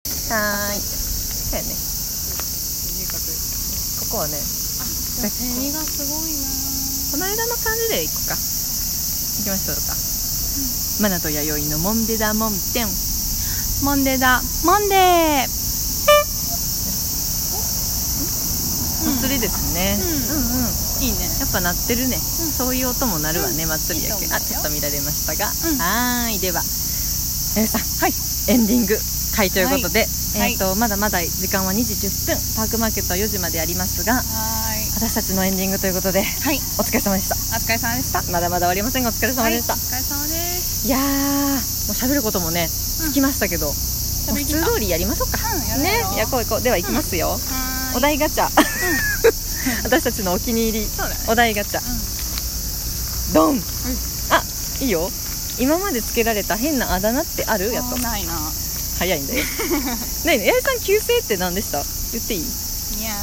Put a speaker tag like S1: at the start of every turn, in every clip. S1: はーいそうやねここはね
S2: 蝉がすごいな
S1: この間の感じで行くか行きましょうか、マナと弥生のモンデダモンテン
S2: モンデだモンデー
S1: 祭りですね、
S2: うん
S1: うんうん
S2: いいね
S1: やっぱ鳴ってるね、
S2: ん
S1: そういう音も鳴るわね、
S2: うん
S1: 祭りやけ
S2: いいと思うよ
S1: あちょっと乱れましたが、
S2: う
S1: はー
S2: ん
S1: いではえさん
S2: はい
S1: エンディング会ということで、
S2: はい
S1: えっ、と、まだまだ時間は2時10分パークマーケットは4時までありますが
S2: はーい
S1: 私たちのエンディングということで
S2: はい
S1: お疲れ様でした
S2: お疲れ様でした
S1: まだまだ終わりませんがお疲れ様でした、
S2: はい、お疲れ様です
S1: い、やーもう喋ることもね尽きましたけど、もう普通
S2: 喋り
S1: 通りやりましょうか、
S2: うんやろう
S1: ね
S2: やろ
S1: いやこう
S2: う
S1: いこうでは行きますよ、
S2: 切
S1: お題
S2: ったはーい
S1: ガチャ 私たちのお気に入り
S2: そうだね
S1: お題ガチャドン、あいいよ今までつけられた変なあだ名ってある
S2: うん
S1: やと
S2: ないな
S1: 早 いんだよねえねえ八重さん旧姓って何でした言っていい
S2: 宮島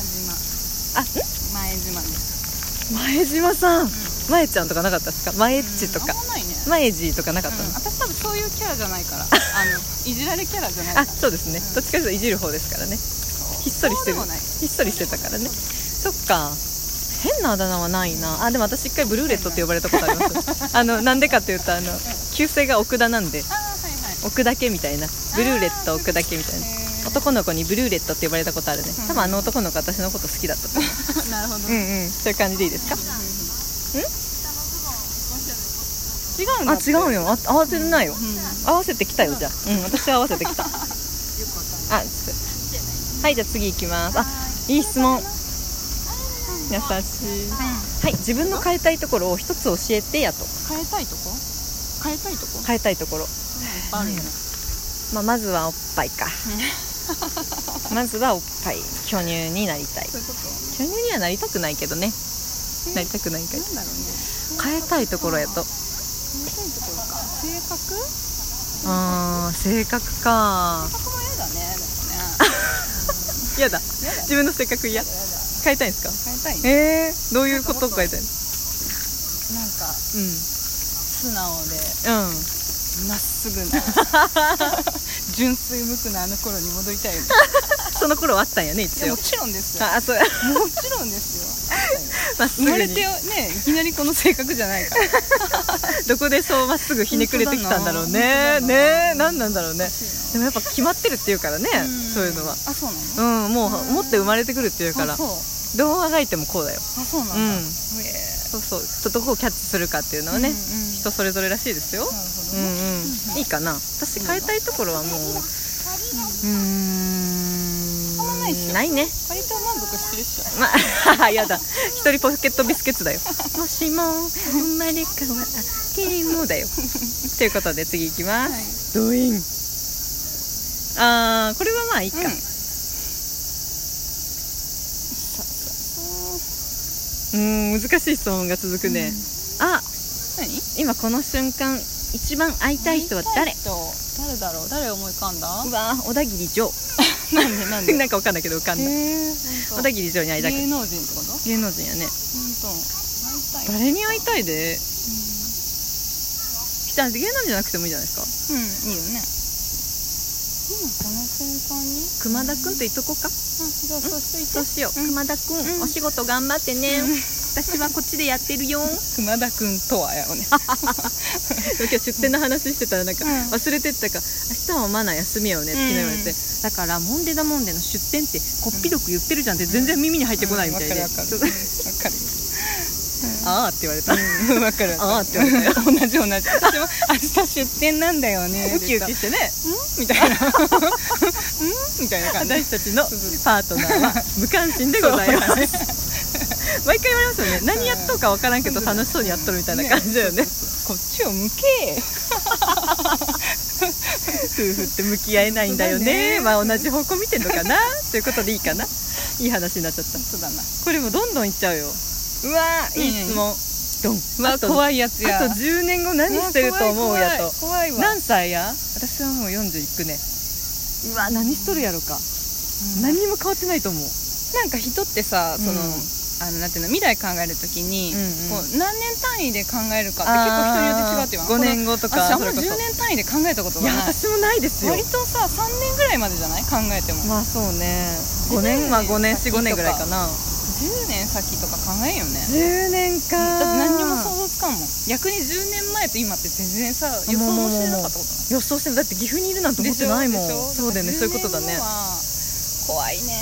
S1: あん
S2: 前島です
S1: 前島さん前ちゃんとかなかったですか前っちとか
S2: うんあんまないね
S1: 前じとかなか
S2: う
S1: ったの
S2: ん、私多分そういうキャラじゃないからあのいじられキャラじゃないから
S1: あそうですね
S2: うん
S1: どっちかというといじる方ですからねひっそりしてる
S2: そうでもない
S1: ひっそりしてたからねそっか変なあだ名はないなあでも私一回ブルーレットって呼ばれたことあります あのなんでかっていうとあの旧姓が奥田なんで
S2: あーはいはい
S1: 奥だけみたいなブルーレット奥だけみたいな
S2: へー
S1: 男の子にブルーレットって呼ばれたことあるね
S2: ん
S1: 多分あの男の子私のこと好きだったと思
S2: なるほど、
S1: ううんうんそういう感じでいいですか
S2: 違うんだ
S1: あ
S2: って
S1: 違うよあ合わせてないよ、
S2: ん
S1: 合わせてきたよじゃあうん私は合わせてきたあちょっとはいじゃあ次行きますあいい質問優しいはい自分の変えたいところを一つ教えてやと
S2: 変えたいとこ変えたいとこ
S1: 変えたいところ、
S2: いっぱいあるよね
S1: まあ、まずはおっぱいか まずはおっぱい巨乳になりたい
S2: そういう こと
S1: 巨乳にはなりたくないけどねなりたくないかい
S2: なんだろうね
S1: 変えたいところやと
S2: 変えたいところか性格性
S1: あー性格か
S2: 格も嫌だねでもね
S1: 嫌だ自分の性格嫌変えたいんですか
S2: 変えたいね
S1: えー、どういうことを変えたいの
S2: なんか
S1: うん
S2: 素直で
S1: うん
S2: まっすぐな 純粋無垢なあの頃に戻りたいよね
S1: その頃はあったんやね
S2: い
S1: 一
S2: や
S1: 応
S2: もちろんですよ
S1: ああそう
S2: もちろんですよ
S1: まっす
S2: 生
S1: ぐ
S2: まれ
S1: に
S2: てよねいきなりこの性格じゃないから
S1: どこでそうまっすぐひねくれてきたんだろうね
S2: 本当だな
S1: ね何なんだろうね
S2: しい
S1: でもやっぱ決まってるっていうからね
S2: ん
S1: そういうのは
S2: あそうなの
S1: うんもう持って生まれてくるっていうか
S2: あ
S1: ら
S2: そう
S1: どうあがいてもこうだよ
S2: あそうなんだ、
S1: うん
S2: へえ
S1: そうそうちょっとどこをキャッチするかっていうのは
S2: う
S1: ね
S2: んうん
S1: 人それぞれらしいですよ
S2: なるほど
S1: うん
S2: ね、
S1: うんいいかな私変えたいところはもううーん
S2: あんまないっしょ
S1: ないね
S2: 割と満足してるっしょ
S1: ま あ、やだ一人ポケットビスケッツだよ もしも生まれ変わって もだよということで次いきます、ドインあーこれはまあいいか、
S2: うん
S1: うん難しい質問が続くね、あ
S2: 何
S1: 今この瞬間一番会いたい人は誰
S2: 会いたい人誰だろう誰思い浮かんだ
S1: うわー小田切城
S2: なんでなん で
S1: なんかわかんないけど浮かんだ
S2: へえ
S1: 小田切城に会いたくて
S2: 芸能人ってこと
S1: 芸能人やね
S2: 本当会いたい
S1: 誰に会いたいで人芸能人じゃなくてもいいじゃないですか
S2: うん、いいよね今この瞬間に
S1: 熊田くんといっとこうか
S2: あじゃあそうしとい
S1: そう
S2: て
S1: しよう、
S2: うん
S1: 熊田くん、
S2: うん
S1: お仕事頑張ってね、私はこっちでやってるよ
S2: 熊田君とはやろうね
S1: 今日出店の話してたらなんか
S2: うん
S1: 忘れてったか明日はマナ休みよねって昨日言われて、
S2: うん
S1: だからモンデダモンデの出店ってこっぴどく言ってるじゃんって全然耳に入ってこないみたいで、
S2: わかるわか
S1: ちょ
S2: る
S1: っ
S2: わ
S1: と
S2: かる
S1: ああって言われた、
S2: うんわかる
S1: あー
S2: わかる
S1: って言われ
S2: 同じ同じ私も明日出店なんだよ ね
S1: ウキウキ
S2: ん
S1: してね
S2: み たいなうんみたいな感じ
S1: 私たちのパートナーは無関心でございます毎回言われますよね何やっとうか分からんけど楽しそうにやっとるみたいな感じだよね
S2: こっちを向け
S1: 夫婦って向き合えないんだよね
S2: そうだね
S1: まあ同じ方向見てんのかなということでいいかないい話になっちゃった
S2: そうだな
S1: これもどんどんいっちゃうようわーいい質問ドン
S2: うわ
S1: あと
S2: 怖いやつや
S1: あと10年後何してると思うやと
S2: 怖い怖い怖いわ
S1: 何歳や私はもう40いくねうわ何しとるやろか、何にも変わってないと思う
S2: なんか人ってさその、
S1: うん
S2: あのなんていうの未来考えるとき
S1: う
S2: に、
S1: んうん
S2: こう何年単位で考えるかって結構人に
S1: あー5年後
S2: よって違うって言わ
S1: とか
S2: 私あんま
S1: それこそ
S2: 10年単位で考えたこと
S1: い
S2: が
S1: や
S2: ない
S1: 私もないですよ
S2: 割とさ3年ぐらいまでじゃない考えても
S1: まあそうね
S2: 10
S1: 5年まあ
S2: 年
S1: 5年
S2: 先
S1: 45年ぐらいかな
S2: 10年先とか考えんよね
S1: 10年か
S2: 私何にも想像つかんもん逆に10年前と今って全然さ予想もしてなかったこと
S1: 予想してないだって岐阜にいるなんて
S2: ない
S1: 思ってないもん
S2: でし
S1: そう
S2: ょでしょ
S1: だよねそういうことだね
S2: 10年後は怖いね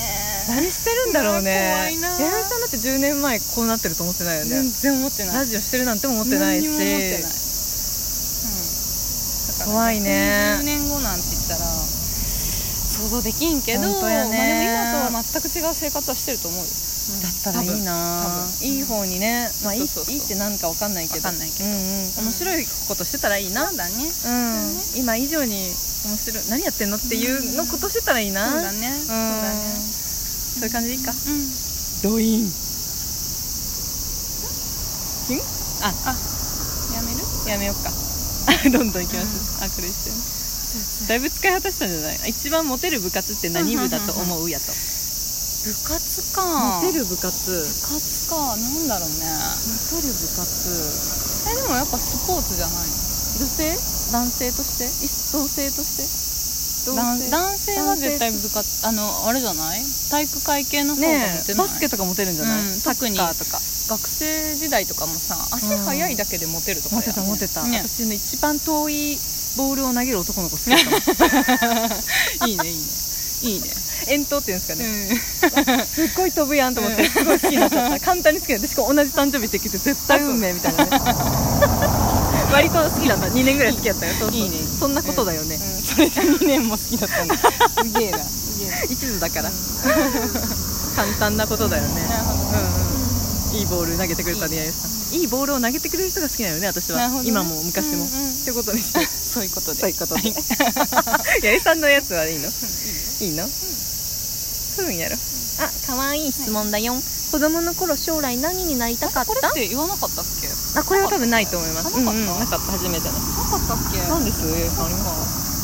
S1: 何してるんだろうね
S2: うわ怖いな
S1: やめさんだって10年前こうなってると思ってないよ
S2: 全
S1: ね
S2: 然思ってな
S1: ラ
S2: い
S1: ジオしてるなんても思ってないし
S2: 何にも思ってな
S1: 怖いね
S2: い、うん、10年後なんて言ったら想像できんけど
S1: 本当やね
S2: まあ、でも今とは全く違う生活はしてると思うよ
S1: だったらいいな
S2: 多
S1: いい方
S2: 分
S1: にねまあいいい
S2: そうそうそう
S1: いってなんかわかんないけど
S2: わかんないけ
S1: う
S2: ど
S1: んうん面白いことしてたらいいな
S2: そうだね
S1: うん今以上に面白い何やってんのっていうのことしてたらいいな
S2: そうだねそうだね
S1: うんそういう感じでいいか
S2: うん
S1: ドイン
S2: やめる
S1: やめよっか どんどんいきます、あこれしてねだいぶ使い果たしたんじゃない一番モテる部活って何部だと思うや と
S2: 部活か
S1: モテる部活
S2: 部活かなんだろうね
S1: モテる部活
S2: えでもやっぱスポーツじゃないの女性男性としてい同性として男
S1: 男
S2: 男性は絶対部活あのあれじゃない体育会系の方が
S1: ね
S2: モ
S1: え
S2: テない
S1: バスケとかモテるんじゃない、
S2: うん
S1: サッカ
S2: 特に
S1: ーとか
S2: 学生時代とかもさ足速いだけでモテるとか
S1: モ
S2: だ
S1: テ
S2: よね
S1: たモテた、
S2: ね
S1: 私ね一番遠いボールを投げる男の子好きだったも ん
S2: いいねいいねいいね
S1: 遠投っていうんですかね、
S2: うん
S1: すっごい飛ぶやんと思ってすごい好きになっちゃった簡単に好きになってしかも同じ誕生日って聞いて絶対運命みた いなね割と好きだった2年ぐらい好きだったよそうそう
S2: いいね
S1: そんなことだよね、
S2: うんそれで2年も好きだったんだ すげえな
S1: 一途だから簡単なことだよね、
S2: なるほど
S1: うんうん、いいボール投げてくれたね弥生さんいいボールを投げてくれる人が好きなのよね私
S2: な
S1: は、
S2: るほどね
S1: 今も昔も、
S2: うんうん
S1: ってことにして
S2: そういうことで
S1: そういうことで 弥生さんのやつはいいのいいのふんやろあ可愛い質問だよ、子供の頃将来何になりたかっ
S2: これ
S1: た
S2: って言わなかったっけ
S1: あこれは多分ないと思います
S2: なかった
S1: うんうん、なかった初めての
S2: なかったっけ
S1: なんですよ弥生さんあります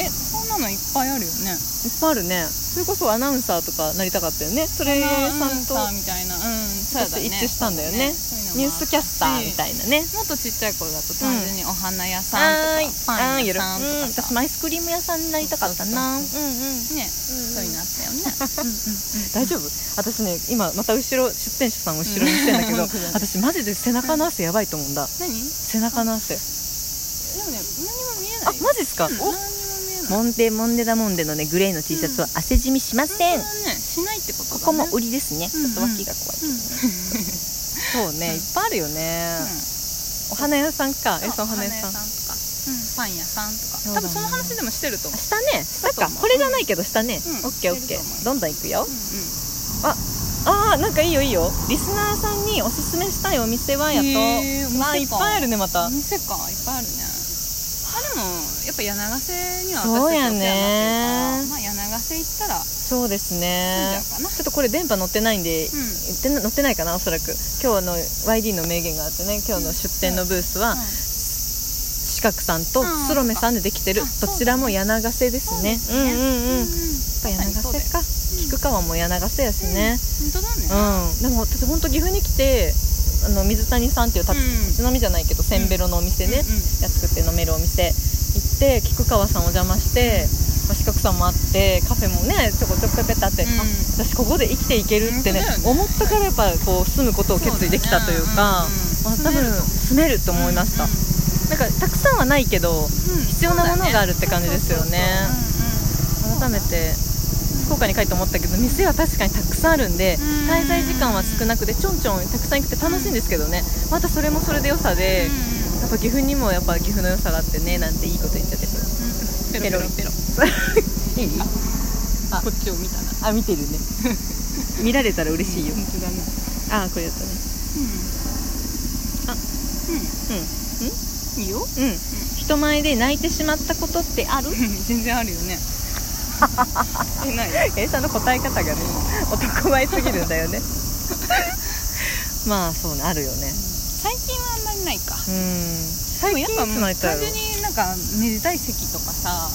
S2: えそんなのいっぱいあるよね
S1: いっぱいあるねそれこそアナウンサーとかなりたかったよねそれ
S2: アナ
S1: 弥
S2: ウン
S1: 生
S2: サ
S1: さんと
S2: ーみたいなうんそうだ
S1: 少し
S2: ね
S1: 一致したんだよね
S2: そうだ
S1: ニュースキャスターみた
S2: い
S1: いなね
S2: なもっとちっちゃい頃だと単純にお花屋さんとかパン屋さんと
S1: うん
S2: か
S1: 私
S2: さ
S1: もアイスクリーム屋さんになりたかったな
S2: そうねそういうのあったよね
S1: 大丈夫私ね今また後ろ出店者さんを後ろにしてん だけど
S2: うん
S1: 私マジで背中の汗やばいと思うんだ
S2: 何で
S1: 背中の汗
S2: もね何も見え
S1: あ
S2: ないよ
S1: マジっすか
S2: うん何にも見えない
S1: モンデモンデダモンデのねグレーの T シャツは汗染みしません
S2: 本当だねしないってことだ
S1: こ
S2: ね
S1: こも売りですねち
S2: うん
S1: ょっと脇が怖いけどねそうねいっぱいあるよね
S2: うん
S1: お花屋さんかえそうお
S2: お
S1: 花
S2: 花
S1: 屋
S2: 屋
S1: さ
S2: さ
S1: ん
S2: んとかうんパン屋さんとか
S1: そうだ
S2: 多
S1: ね
S2: 分その話でもしてると思う
S1: 下ね下
S2: そう
S1: か
S2: そう
S1: これじゃないけど下ね
S2: うん
S1: オッケーオ
S2: い
S1: ッ
S2: け
S1: ケ
S2: ると思う
S1: ーどんどんいくよ
S2: うんうん
S1: あーなんかいいよいいよリスナーさんにおすすめしたいお店はやと、
S2: へーお店か
S1: まあいっぱいあるねまた
S2: お店かいっぱいあるねあでもやっぱ柳瀬には
S1: そう
S2: 私た
S1: や
S2: ちお世話になってるから、
S1: ね
S2: まあ、柳瀬行ったら
S1: そうです
S2: 住
S1: ね
S2: んじゃうかな
S1: ちょっとこれ電波乗ってないんで、
S2: うん
S1: 言ってな乗ってないかなおそらく今日の YD の名言があってね今日の出店のブースは、
S2: うん
S1: 四角さんと
S2: うん
S1: スロメさんでできてる
S2: あそう
S1: どちらも柳瀬ですね
S2: そううですね
S1: んうんうん、やっぱ
S2: まさ
S1: 柳
S2: にそうだよ
S1: 瀬か、菊川も柳瀬やしね
S2: 本当だね
S1: うん、でも私本当岐阜に来てあの水谷さんっていう立ち
S2: うん
S1: 立ち飲みじゃないけどせんべろのお店ね、
S2: うんうん
S1: 安くて飲めるお店行って菊川さんお邪魔して、まあ、四角さんもあってカフェもねちょこちょこちょこってあって、
S2: うん
S1: あ私ここで生きていけるってね
S2: 本当だよね
S1: 思ったからやっぱこう住むことを決意できたというか
S2: そう
S1: ま
S2: だ
S1: あ、多
S2: ねうんうん
S1: 分住めると思いました、
S2: うん
S1: なんかたくさんはないけど
S2: うんうん
S1: 必要なものがあるって感じですよね
S2: そうだ
S1: 改めて福岡に帰って思ったけど店は確かにたくさんあるんで
S2: うん
S1: 滞在時間は少なくてちょんちょんたくさん行くって楽しいんですけどねまたそれもそれで良さでやっぱ岐阜にもやっぱ岐阜の良さがあってねなんていいこと言っちゃって
S2: そうそうそううんうんうんペロペロペロ
S1: いいあ
S2: こっちを見たな
S1: あ見てるね見られたら嬉しいよ
S2: 本当だね
S1: あこれやったねあ
S2: うんいいよ
S1: うん人前で泣いてしまったことってある
S2: 全然あるよねえない
S1: えさんの答え方がね男前すぎるんだよね まあそうねあるよね
S2: 最近はあんまりないか
S1: うん
S2: で
S1: 最
S2: もやっ
S1: 近
S2: ぱ
S1: いつ泣いたや
S2: 単
S1: ろ
S2: 純になんかめでたい席とかさ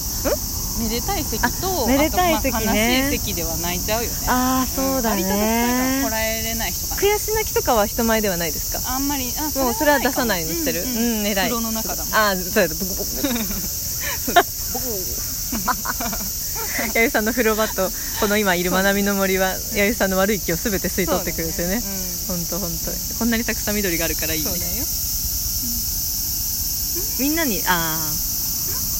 S2: めでたい席
S1: あ
S2: と
S1: めでたい席ね
S2: あとまあ悲しい席では泣いちゃうよね
S1: ああそうだ
S2: 割と私そういう
S1: ね
S2: のこらえれない人かな
S1: 悔し泣きとかは人前ではないですか
S2: あんまりあ
S1: もうそれは出さないようにしてる
S2: う
S1: うんん、
S2: うん
S1: うん偉い
S2: 風呂の中だもん
S1: ああそうやブクブクブク 弥生さんの風呂場とこの今いる学びの森は弥生さんの悪い気を全て吸い取ってくれてね
S2: そ
S1: 本当本当こんなにたくさん緑があるからいいね
S2: うだよ
S1: みんなにああ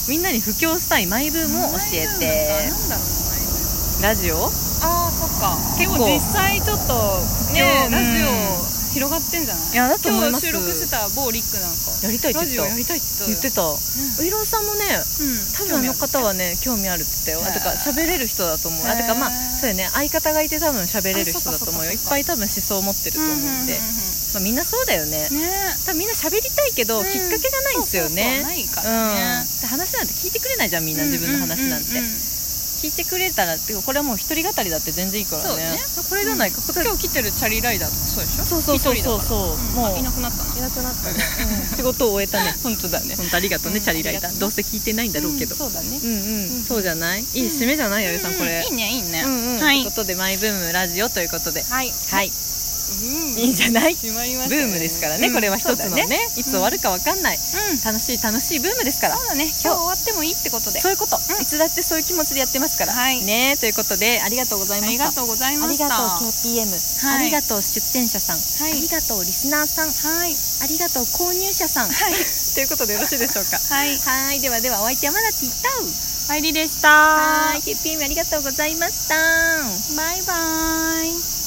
S1: みんなに布教したいマイブームを教えて
S2: なんだろう
S1: ラジオ
S2: ああそっか結
S1: 構
S2: 構実際ちょっと
S1: 今
S2: ね
S1: 日
S2: ラジ
S1: う
S2: オ広がってんじゃない
S1: いやだと思います
S2: 今日収録してた某リックなん
S1: や
S2: か
S1: りたいって
S2: ラ
S1: 言ってた
S2: ジオやりたいって
S1: 言ってた
S2: たよ
S1: ういろうさんもね多分あの
S2: うん
S1: 方はね興味あるって言ってたよあとか喋れる人だと思うあとかまあ
S2: へー
S1: そうやね相方がいて多分喋れる人だと思うよ
S2: あ
S1: いっ
S2: そっか
S1: ぱい多
S2: そっかそっか
S1: 分思想持ってると
S2: 興味
S1: 思う
S2: あるうんう
S1: んで、まあ、みん
S2: んうんうん
S1: なそうだよね
S2: ね
S1: 多分みんな喋りたいけど、
S2: うん
S1: きっかけがないんですよね
S2: そうそ
S1: う
S2: うそうないからね
S1: んで話なんて聞いてくれないじゃんみんな自分の話なんて、
S2: ううううん
S1: 聞いてくれたらっていうかこれはもう一人語りだって全然いいからね
S2: そうね
S1: これじゃないか、
S2: 今日来てるチャリライダーとかそうでしょ
S1: そうそうそうそうそう
S2: 一人だから
S1: もう
S2: あいなくなったない
S1: なくなったね、仕事を終えたね
S2: 本当だね
S1: 本当ありがとうね、
S2: うん
S1: チャリライダ
S2: ありがと
S1: ーど
S2: うね
S1: うせ聞いてないんだろうけど、
S2: そうだね
S1: うんうん、
S2: うん
S1: そうじゃないいい締めじゃないよ、ゆうさんこれ
S2: いいねいいね
S1: うんうん、
S2: は
S1: と
S2: い
S1: いうことでマイブームラジオということで
S2: はい
S1: はい、いい
S2: い
S1: んじゃない
S2: 決まりました
S1: ブ
S2: ね
S1: ームですからね、
S2: うん
S1: これは一つの
S2: そう
S1: ね
S2: だね
S1: いつ終わるかわかんない、
S2: うん
S1: 楽しい楽しいブームですから
S2: そうだね今日終わってもいいってことで
S1: そういうこと、
S2: うん
S1: いつだってそういう気持ちでやってますから、
S2: はい
S1: ねということでありがとうござい
S2: あ
S1: まし
S2: り
S1: た
S2: がとうござい
S1: あ
S2: ま
S1: り
S2: し
S1: が
S2: た
S1: とう KPM、
S2: はい
S1: ありがとう出店者さん、
S2: い
S1: ありがとうリスナーさん
S2: はい
S1: ありがとう購入者さん
S2: はい
S1: ということでよろしいでしょうか
S2: は い
S1: はーいではではお相手はまだティッタウ
S2: 入りでした
S1: はーい KPM ありがとうございました
S2: バイバイ